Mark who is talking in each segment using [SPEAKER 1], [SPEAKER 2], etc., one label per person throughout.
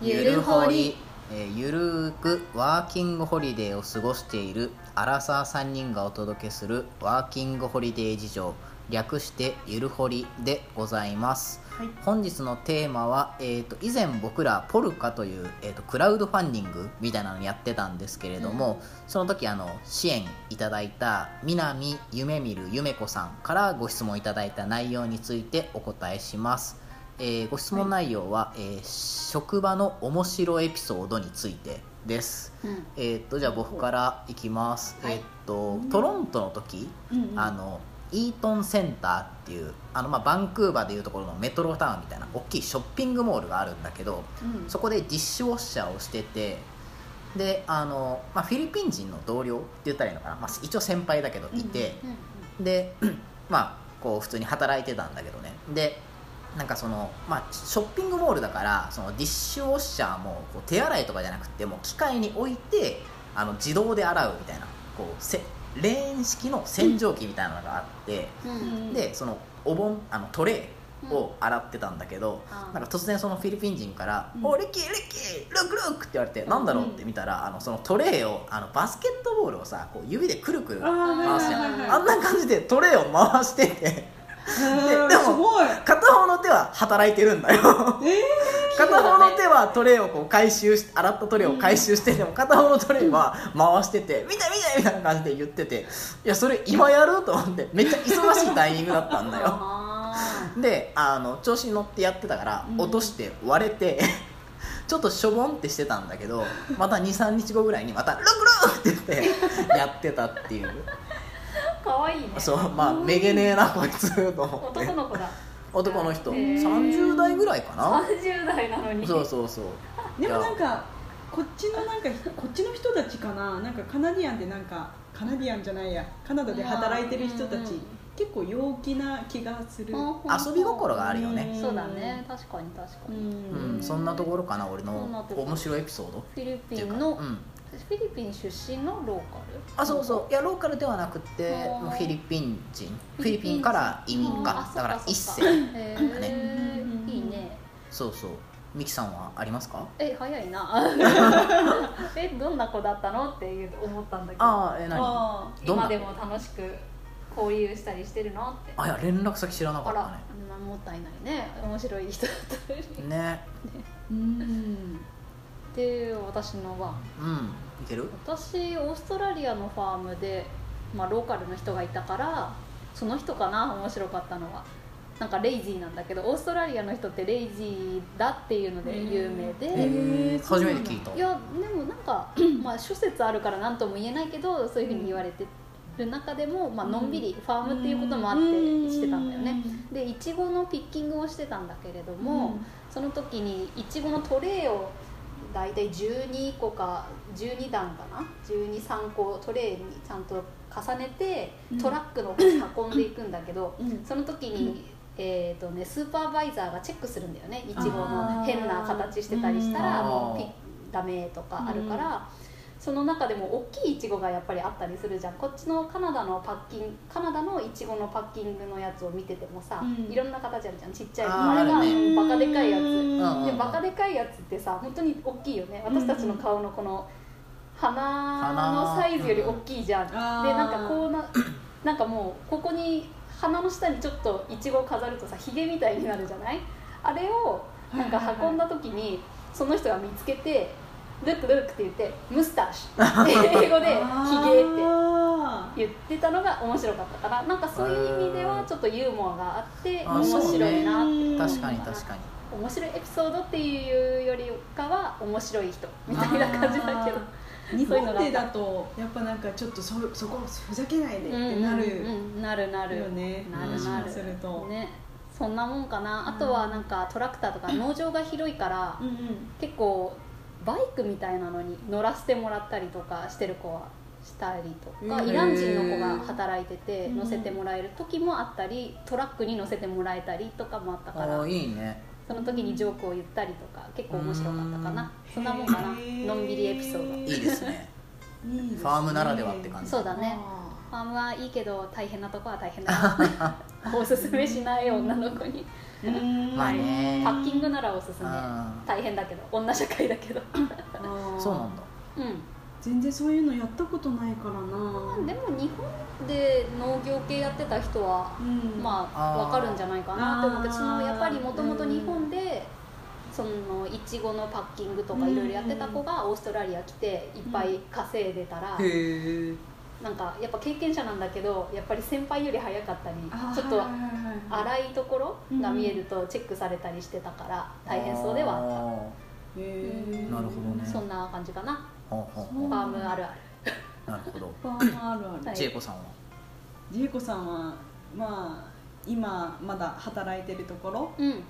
[SPEAKER 1] ゆるほり、
[SPEAKER 2] えーゆるーくワーキングホリデーを過ごしているアラサー3人がお届けするワーキングホリデー事情略してゆるほりでございます、
[SPEAKER 1] はい
[SPEAKER 2] 本日のテーマは、えー、と以前僕らポルカという、えー、とクラウドファンディングみたいなのやってたんですけれども、その時あの支援いただいた南夢見る夢子さんからご質問いただいた内容についてお答えします、えーご質問内容は、えー職場の面白エピソードについてです
[SPEAKER 1] うん
[SPEAKER 2] えー、とじゃあ僕からいきます、
[SPEAKER 1] はい
[SPEAKER 2] えーっとトロントの時、
[SPEAKER 1] うんうん
[SPEAKER 2] あのイートンセンターっていうあの、まあ、バンクーバーでいうところのメトロタウンみたいな大きいショッピングモールがあるんだけど
[SPEAKER 1] うん
[SPEAKER 2] そこでディッシュウォッシャーをしててであの、まあ、フィリピン人の同僚って言ったらいいのかな、まあ、一応先輩だけどいて、
[SPEAKER 1] うんうん
[SPEAKER 2] で まあこう普通に働いてたんだけどねでなんかそのまあショッピングモールだからそのディッシュウォッシャーもこう手洗いとかじゃなくてもう機械に置いてあの自動で洗うみたいなこうせレーン式の洗浄機みたいなのがあって、
[SPEAKER 1] うんうん
[SPEAKER 2] でそのお盆あのトレーを洗ってたんだけど、
[SPEAKER 1] あー
[SPEAKER 2] なんか突然そのフィリピン人から
[SPEAKER 1] う
[SPEAKER 2] 「
[SPEAKER 1] ん
[SPEAKER 2] おレッキーレッキールックルック」って言われて「なんだろう?」って見たらあのそのトレーをあのバスケットボールをさこう指でくるくる回すや
[SPEAKER 1] はいはいはい
[SPEAKER 2] んあんな感じでトレーを回してて
[SPEAKER 3] へ
[SPEAKER 2] で
[SPEAKER 3] ー
[SPEAKER 2] でも
[SPEAKER 3] すごい
[SPEAKER 2] 片方の手は働いてるんだよ 片方の手はトレーをこう回収し洗ったトレーを回収してでも片方のトレーは回してて「見て見て」みたいな感じで言ってていやそれ今やると思ってめっちゃ忙しいタイミングだったんだよ
[SPEAKER 1] あ
[SPEAKER 2] であの調子に乗ってやってたから
[SPEAKER 1] うん
[SPEAKER 2] 落として割れて、 ちょっとしょぼんってしてたんだけ どまた23日後ぐらいにまた「ルクルク!」って言 ってやってたっていう
[SPEAKER 1] ー可愛いね
[SPEAKER 2] そうまあめげねえなこいつと思って
[SPEAKER 1] 男の子だ
[SPEAKER 2] 男の人
[SPEAKER 1] へえ
[SPEAKER 2] 30代ぐらいかな
[SPEAKER 1] 30代なのに
[SPEAKER 2] そうそうそう
[SPEAKER 3] でもなん
[SPEAKER 2] いや
[SPEAKER 3] かこっちのなんかこっちの人たちかななんかカナディアンでなんかカナディアンじゃないやカナダで働いてる人た
[SPEAKER 1] うんうんう
[SPEAKER 3] ち
[SPEAKER 1] ん
[SPEAKER 3] 結構陽気な気がする
[SPEAKER 1] ほんほんほん
[SPEAKER 2] 遊び心があるよね
[SPEAKER 1] そうだね確かに確か
[SPEAKER 3] う
[SPEAKER 1] に、
[SPEAKER 2] うんん、そんなところかな俺
[SPEAKER 1] そんな
[SPEAKER 2] の
[SPEAKER 1] とこ
[SPEAKER 2] 面白いエピソードっ
[SPEAKER 1] フィリ
[SPEAKER 2] て
[SPEAKER 1] ピ
[SPEAKER 2] いうか
[SPEAKER 1] ンの、
[SPEAKER 2] うん、
[SPEAKER 1] フィリピン出身のローカル
[SPEAKER 2] あそうそういやローカルではなくて
[SPEAKER 1] あー
[SPEAKER 2] もうフィリピン人フィリピンから移民かだから一世
[SPEAKER 1] へ
[SPEAKER 2] ね
[SPEAKER 1] え
[SPEAKER 3] うん
[SPEAKER 1] いいね
[SPEAKER 2] そうそうミキさんはありますか
[SPEAKER 1] え早いなえどんな子だったのっていう思ったんだけど
[SPEAKER 2] ああえ何
[SPEAKER 3] あ
[SPEAKER 2] どんな
[SPEAKER 1] 今でも楽しく交流したりしてるのって
[SPEAKER 2] あいや連絡先知らなか
[SPEAKER 1] あ
[SPEAKER 2] っ
[SPEAKER 1] ら、
[SPEAKER 2] た
[SPEAKER 1] まあもったいないね面白い人だったのに
[SPEAKER 2] ねね
[SPEAKER 3] ーうん
[SPEAKER 1] で私の番
[SPEAKER 2] うんいける
[SPEAKER 1] 私オーストラリアのファームで、まあ、ローカルの人がいたからその人かな面白かったのはなんかレイジーなんだけどオーストラリアの人ってレイジーだっていうので有名で、
[SPEAKER 3] へー
[SPEAKER 2] えー
[SPEAKER 3] そう
[SPEAKER 2] 初
[SPEAKER 3] な
[SPEAKER 2] め
[SPEAKER 3] んだ
[SPEAKER 2] て聞いた
[SPEAKER 1] いやでもなんか まあ諸説あるから何とも言えないけどそういうふうに言われてる中でも、まあのんびりファームっていうこともあって
[SPEAKER 3] うん
[SPEAKER 1] してたんだよねでいちごのピッキングをしてたんだけれども、その時にいちごのトレーを大体12個か12段かな123個トレーにちゃんと重ねて
[SPEAKER 3] うん
[SPEAKER 1] トラックの方に運んでいくんだけ ど、
[SPEAKER 3] うん
[SPEAKER 1] その時に、えーとね、スーパーバイザーがチェックするんだよねいちごの
[SPEAKER 3] あー
[SPEAKER 1] 変な形してたりしたら
[SPEAKER 2] うん
[SPEAKER 1] もうピダメとかあるから、その中でも大きいいちごがやっぱりあったりするじゃんこっちのカナダのパッキングカナダのいちごのパッキングのやつを見ててもさ、
[SPEAKER 3] うん
[SPEAKER 1] いろんな形あるじゃんちっちゃいの
[SPEAKER 2] あー
[SPEAKER 1] あれが
[SPEAKER 2] ある
[SPEAKER 1] バカでかいやつ。
[SPEAKER 2] うん
[SPEAKER 1] でバカでかいやつってさ本当に大きいよね私たちの顔のこの鼻のサイズより大きいじゃん、で
[SPEAKER 3] あー
[SPEAKER 1] なんかこうななんかもうここに鼻の下にちょっとイチゴを飾るとさヒゲみたいになるじゃないあれをなんか運んだ時にその人が見つけて「ルックルック」って言って「ムスタ ッシュ」って英語で「ヒゲ」って
[SPEAKER 3] あ
[SPEAKER 1] 言ってたのが面白かったからなんかそういう意味ではちょっとユーモアがあって
[SPEAKER 2] あー
[SPEAKER 1] 面白いなって
[SPEAKER 3] うん
[SPEAKER 2] 確かに確かに
[SPEAKER 1] 面白いエピソードっていうよりかは面白い人みたいな感じだけど
[SPEAKER 3] ー日本でだとやっぱなんかちょっとそそこふざけないでってなる
[SPEAKER 1] うんうんうんなるなる
[SPEAKER 3] よね
[SPEAKER 1] なる
[SPEAKER 2] うん
[SPEAKER 1] な
[SPEAKER 2] そう
[SPEAKER 1] る
[SPEAKER 3] すると
[SPEAKER 1] ねそんなもんかな
[SPEAKER 3] うん
[SPEAKER 1] あとはなんかトラクターとか農場が広いから
[SPEAKER 3] うんうん
[SPEAKER 1] 結構バイクみたいなのに乗らせてもらったりとかしてる子はしたりとか
[SPEAKER 3] へー
[SPEAKER 1] イラン人の子が働いてて
[SPEAKER 3] うん
[SPEAKER 1] 乗せてもらえる時もあったりトラックに乗せてもらえたりとかもあったか
[SPEAKER 2] あ
[SPEAKER 1] ら
[SPEAKER 2] あいいね
[SPEAKER 1] その時にジョークを言ったりとか結構面白かったかなそんなもんかな
[SPEAKER 3] へー
[SPEAKER 1] のんびりエピソード
[SPEAKER 2] いいですね
[SPEAKER 3] いいですね
[SPEAKER 2] ファームならではって感じ
[SPEAKER 1] そうだね
[SPEAKER 3] あ
[SPEAKER 1] ファームはいいけど大変なとこは大変だおすすめしない女の子に
[SPEAKER 3] ーうん
[SPEAKER 2] まあね
[SPEAKER 1] パッキングならおすすめ
[SPEAKER 2] あー
[SPEAKER 1] 大変だけど女社会だけど
[SPEAKER 3] あー
[SPEAKER 2] そうなんだ
[SPEAKER 1] うん
[SPEAKER 3] 全然そういうのやったことないからな、
[SPEAKER 1] でも日本で農業系やってた人は
[SPEAKER 3] うん
[SPEAKER 1] まあ
[SPEAKER 2] あー
[SPEAKER 1] わかるんじゃないかなと思うけど
[SPEAKER 3] あー
[SPEAKER 1] そのやっぱりもともと日本でそのいちごのパッキングとかいろいろやってた子がオーストラリア来ていっぱい稼いでたら
[SPEAKER 2] へえ
[SPEAKER 1] なんかやっぱ経験者なんだけどやっぱり先輩より早かったり
[SPEAKER 3] あー
[SPEAKER 1] ちょっと
[SPEAKER 3] はいはいはいはい
[SPEAKER 1] 荒いところが見えるとチェックされたりしてたから大変そうではあっ
[SPEAKER 3] へー
[SPEAKER 2] なるほどね
[SPEAKER 1] たそんな感じかな
[SPEAKER 2] ほうほう
[SPEAKER 1] フ
[SPEAKER 2] ほ
[SPEAKER 1] ァ
[SPEAKER 2] う
[SPEAKER 1] ームあるある
[SPEAKER 2] なるほど
[SPEAKER 3] パーマあるある、
[SPEAKER 1] はい
[SPEAKER 2] 千恵子さんは
[SPEAKER 3] ジェイコさんはまあ今まだ働いてるところ
[SPEAKER 1] うん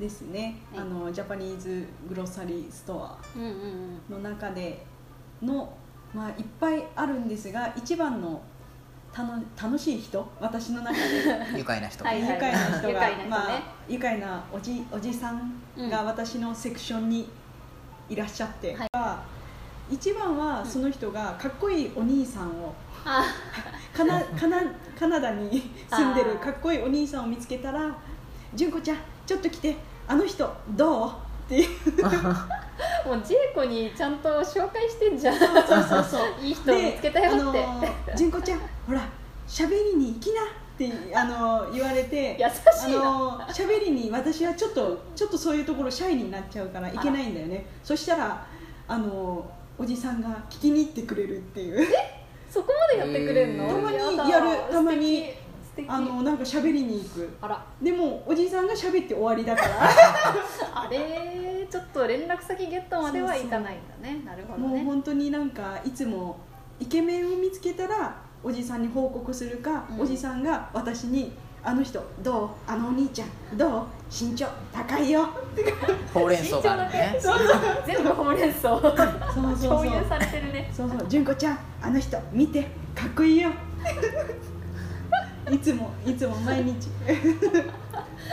[SPEAKER 3] ですね、
[SPEAKER 1] はい
[SPEAKER 3] あのジャパニーズグロサリースト
[SPEAKER 1] うんうんうん
[SPEAKER 3] アの中での、まあ、いっぱいあるんですが一番のたの楽しい人私の中で
[SPEAKER 2] 愉快な人
[SPEAKER 1] はい
[SPEAKER 3] 愉快な人
[SPEAKER 1] 愉
[SPEAKER 3] が
[SPEAKER 1] 快な人ね
[SPEAKER 3] まあ、愉快なおじおじさんが私のセクションにいらっしゃって、
[SPEAKER 1] は
[SPEAKER 3] 一番はその人がかっこいいお兄さんを
[SPEAKER 1] あ
[SPEAKER 3] カナカナカナダに住んでるかっこいいお兄さんを見つけたら「純子ちゃんちょっと来てあの人どう?」っ ていう
[SPEAKER 1] もうジェイコにちゃんと紹介してんじゃん
[SPEAKER 3] そうそうそ う
[SPEAKER 1] いい人を見つけたよって、
[SPEAKER 3] であの純子ちゃんほら喋りに行きなってあの言われて
[SPEAKER 1] 優し
[SPEAKER 3] あ
[SPEAKER 1] いな
[SPEAKER 3] の喋りに私はちょっとちょっとそういうところシャイになっちゃうからいけないんだよねそしたらあのおじさんが聞きに行ってくれるっていう
[SPEAKER 1] そこまでやってくれるの
[SPEAKER 2] へー
[SPEAKER 3] たまに
[SPEAKER 1] だ
[SPEAKER 3] やるたまに
[SPEAKER 1] 素敵素敵
[SPEAKER 3] あのなんか喋りに行く
[SPEAKER 1] あら
[SPEAKER 3] でもおじさんが喋って終わりだから
[SPEAKER 1] あれちょっと連絡先ゲットまではいかないんだねなるほど
[SPEAKER 3] もう
[SPEAKER 1] ね
[SPEAKER 3] 本当になんかいつもイケメンを見つけたらおじさんに報告するか、
[SPEAKER 1] うん
[SPEAKER 3] おじさんが私に「あの人どうあのお兄ちゃんどう身長高いよ」
[SPEAKER 2] ほうれん草 があるね
[SPEAKER 1] 全部ほうれん草
[SPEAKER 3] そうそう
[SPEAKER 1] 共
[SPEAKER 3] そう
[SPEAKER 1] 有されてるね
[SPEAKER 3] そうそう純子ちゃんあの人見てかっこいいよ いつもいつも毎日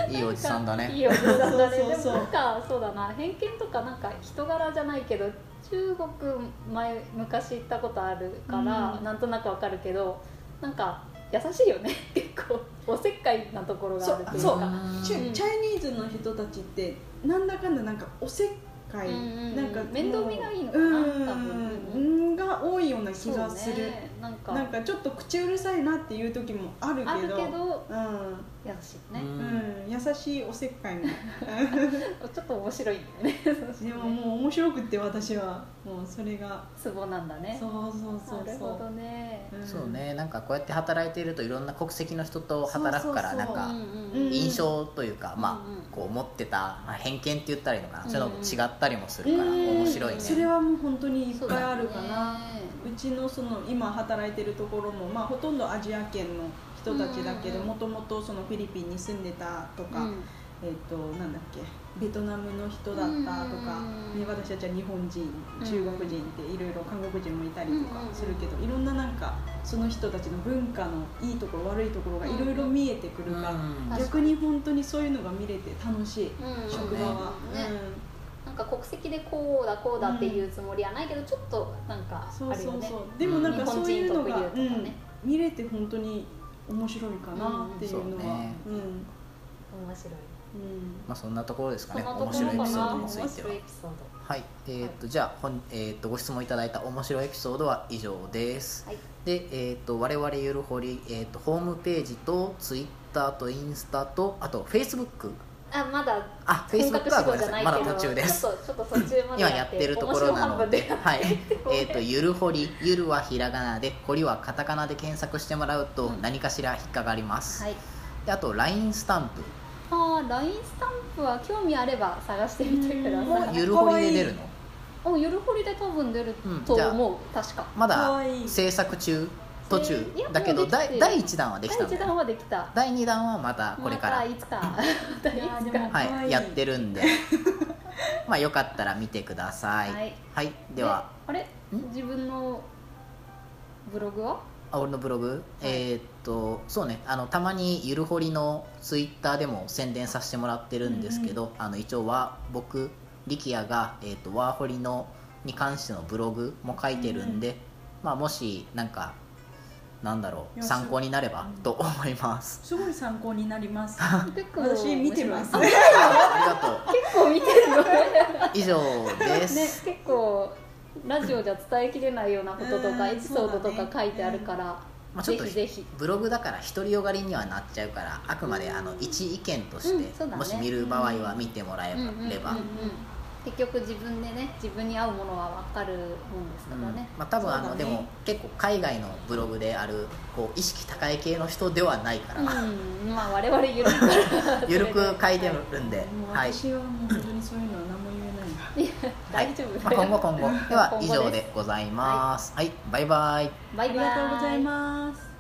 [SPEAKER 2] いいおじさんだ
[SPEAKER 1] い
[SPEAKER 2] ね
[SPEAKER 1] いおじさんだねで
[SPEAKER 3] そ
[SPEAKER 1] も
[SPEAKER 3] うそうそう
[SPEAKER 1] なんかそうだな偏見とかなんか人柄じゃないけど中国前昔行ったことあるから、
[SPEAKER 3] うん
[SPEAKER 1] なんとなくわかるけどなんか優しいよね 結構おせっかいなところがあるっていう
[SPEAKER 3] そう
[SPEAKER 1] か
[SPEAKER 2] ん
[SPEAKER 3] チャチャイニーズの人たちってなんだかんだなんかおせっかい、
[SPEAKER 1] うんうんうん
[SPEAKER 3] なんか
[SPEAKER 1] 面倒見がいいのか
[SPEAKER 3] う
[SPEAKER 1] なん多分
[SPEAKER 3] うんが多いような気
[SPEAKER 1] そう
[SPEAKER 3] がする、
[SPEAKER 1] ね、なんか
[SPEAKER 3] なんかちょっと口うるさいなっていう時もあるけど
[SPEAKER 1] あるけど
[SPEAKER 3] うん
[SPEAKER 1] 優しいね、
[SPEAKER 3] うん、優しいおせっかいも
[SPEAKER 1] ちょっと面白いんだよね
[SPEAKER 3] でももう面白くって私はもうそれが
[SPEAKER 1] ツボなんだね
[SPEAKER 3] そうそうそう
[SPEAKER 1] なるほ
[SPEAKER 3] そ
[SPEAKER 1] どね
[SPEAKER 3] う、ん
[SPEAKER 2] そうねなんかこうやって働いているといろんな国籍の人と働くから
[SPEAKER 3] そう
[SPEAKER 2] な
[SPEAKER 3] そうんそ
[SPEAKER 2] か
[SPEAKER 1] う
[SPEAKER 3] う
[SPEAKER 1] ん
[SPEAKER 3] うん
[SPEAKER 2] 印象というか、ま
[SPEAKER 1] うんうん
[SPEAKER 2] あこう持ってた、まあ、偏見って言ったらいいのかな、
[SPEAKER 1] うん
[SPEAKER 2] そういうのも違ったりもするから、
[SPEAKER 3] うん
[SPEAKER 2] 面白いね
[SPEAKER 3] それはもう本当にいっ
[SPEAKER 1] そう
[SPEAKER 3] ぱい
[SPEAKER 1] だ
[SPEAKER 3] あ
[SPEAKER 1] ね
[SPEAKER 3] るかなう,、ちのその今働いてるところも、まあ、ほとんどアジア圏の人たちだけど
[SPEAKER 1] うんうんう
[SPEAKER 3] もともとそのフィリピンに住んでたとか、
[SPEAKER 1] うん
[SPEAKER 3] えっとなんだっけベトナムの人だったとか、
[SPEAKER 1] うん
[SPEAKER 3] ね、私たちは日本人
[SPEAKER 1] うん
[SPEAKER 3] 中国人っていろいろ韓国人もいたりとか
[SPEAKER 1] うんうん
[SPEAKER 3] するけど、いろんななんかその人たちの文化のいいところ悪いところがいろいろ見えてくるから、
[SPEAKER 2] うん
[SPEAKER 1] 確か
[SPEAKER 3] 逆に本当にそういうのが見れて楽しい、
[SPEAKER 1] うん
[SPEAKER 3] 職場は、
[SPEAKER 1] ねなんか国籍でこうだこうだっていうつもりはないけど、ちょっとなんか
[SPEAKER 3] うん、そ
[SPEAKER 1] あ
[SPEAKER 3] う
[SPEAKER 1] る
[SPEAKER 3] そ
[SPEAKER 1] よ
[SPEAKER 3] う
[SPEAKER 1] ね
[SPEAKER 3] そう、でもなんかそういうのが、
[SPEAKER 1] 日本人特有とかね
[SPEAKER 3] うん見れて本当に面白いかなっていうのは、うん
[SPEAKER 1] 面白い
[SPEAKER 3] うん
[SPEAKER 2] まあ、そんなところですか
[SPEAKER 1] そ
[SPEAKER 2] ね
[SPEAKER 1] んなと
[SPEAKER 2] 面
[SPEAKER 1] こ
[SPEAKER 2] 白いエ
[SPEAKER 1] ろ
[SPEAKER 2] ピ
[SPEAKER 1] か
[SPEAKER 2] ソー
[SPEAKER 1] な
[SPEAKER 2] ド
[SPEAKER 1] 面
[SPEAKER 2] につ
[SPEAKER 1] 白いエピ
[SPEAKER 2] いて
[SPEAKER 1] ソー
[SPEAKER 2] は
[SPEAKER 1] ド
[SPEAKER 2] はいえーっとじゃあほん、えーっとご質問いただいた面白いエピソードは以上です、
[SPEAKER 1] はい
[SPEAKER 2] で、えー、と我々ゆるほり、えー、とホームページとツイッターとインスタとあとフェイスブック
[SPEAKER 1] あまだ
[SPEAKER 2] あフェイ
[SPEAKER 1] 本
[SPEAKER 2] スブッ
[SPEAKER 1] 格
[SPEAKER 2] クは
[SPEAKER 1] 志
[SPEAKER 2] ごめんなさ
[SPEAKER 1] 望じゃないい
[SPEAKER 2] ま
[SPEAKER 1] け
[SPEAKER 2] だ
[SPEAKER 1] ど
[SPEAKER 2] 途中です
[SPEAKER 1] ちょっとちょっと途中まで
[SPEAKER 2] 今やってるところなので
[SPEAKER 1] 面白半分で、
[SPEAKER 2] はい
[SPEAKER 1] ごめん
[SPEAKER 2] えー、とゆるほりゆるはひらがなでほりはカタカナで検索してもらうと
[SPEAKER 1] うん
[SPEAKER 2] 何かしら引っかかります、
[SPEAKER 1] はい
[SPEAKER 2] であと LINE スタンプ
[SPEAKER 1] あー LINE スタンプは興味あれば探してみてくだ
[SPEAKER 3] うん
[SPEAKER 1] さい
[SPEAKER 2] ゆるほりで出るの
[SPEAKER 1] お夜掘りで多分出る
[SPEAKER 2] うん
[SPEAKER 1] と
[SPEAKER 2] じゃあ
[SPEAKER 1] 思う確か
[SPEAKER 2] ま
[SPEAKER 3] か
[SPEAKER 2] だ
[SPEAKER 3] わいい
[SPEAKER 2] 制作中途中
[SPEAKER 1] いや
[SPEAKER 2] だけど
[SPEAKER 1] もうできて
[SPEAKER 2] 第
[SPEAKER 1] る
[SPEAKER 2] 第1弾はできたんだ
[SPEAKER 1] 第1
[SPEAKER 2] よ
[SPEAKER 1] 弾はできた
[SPEAKER 2] 第2弾はまたこれから、
[SPEAKER 1] またいつか またいつか
[SPEAKER 3] いやでも
[SPEAKER 2] は
[SPEAKER 3] かわ
[SPEAKER 2] い
[SPEAKER 3] いい
[SPEAKER 2] やってる んでまあよかったら見てください
[SPEAKER 1] は
[SPEAKER 2] はいい、では
[SPEAKER 1] あれ
[SPEAKER 2] ん
[SPEAKER 1] 自分のブログは
[SPEAKER 2] あ俺のブログ、えーっとそうねあのたまにゆるほりのツイッターでも宣伝させてもらってるんですけど、あの一応は僕力也が、えーっとワーホリのに関してのブログも書いてるんで、まあ、もしなんかなんだろう
[SPEAKER 3] よし
[SPEAKER 2] 参考になれば
[SPEAKER 3] うん
[SPEAKER 2] と思い ます。
[SPEAKER 3] すごい参考になります。
[SPEAKER 1] 結構
[SPEAKER 3] 私見てます。
[SPEAKER 1] 面白い
[SPEAKER 2] あありがとう。
[SPEAKER 1] 結構見てるよね
[SPEAKER 2] 以上です。
[SPEAKER 1] ね、結構ラジオじゃ伝えきれないようなことと
[SPEAKER 3] うん
[SPEAKER 1] かエピソードと
[SPEAKER 3] そう
[SPEAKER 1] か
[SPEAKER 3] だね
[SPEAKER 1] 書いてあるから、
[SPEAKER 2] まあちょっ
[SPEAKER 1] ぜ
[SPEAKER 2] と
[SPEAKER 1] ひぜひ
[SPEAKER 2] ブログだから独りよがりにはなっちゃうからあくまであの一意見として、
[SPEAKER 1] うんそうだね
[SPEAKER 2] もし見る場合は見てもらえ
[SPEAKER 1] うんうんうんうん
[SPEAKER 2] れば、
[SPEAKER 1] 結局自分でね自分に合うものは分かるもんですか
[SPEAKER 2] う
[SPEAKER 1] ら
[SPEAKER 2] ん
[SPEAKER 1] ね、
[SPEAKER 2] まあ、多分あの、
[SPEAKER 3] そう
[SPEAKER 2] で
[SPEAKER 3] だね
[SPEAKER 2] も結構海外のブログであるこう意識高い系の人ではないから、
[SPEAKER 1] うん、まあ我々緩く
[SPEAKER 2] ゆるく書いてるんで、
[SPEAKER 3] もう
[SPEAKER 2] はい
[SPEAKER 3] 私はもう本当にそういうのは何も言えないんだ。
[SPEAKER 2] はい
[SPEAKER 1] 大丈夫、
[SPEAKER 2] まあ、今後今後では
[SPEAKER 1] 今後
[SPEAKER 2] 以
[SPEAKER 1] です
[SPEAKER 2] 上でございますはい、バイバイ
[SPEAKER 1] バイバイ
[SPEAKER 3] ありがとうございます。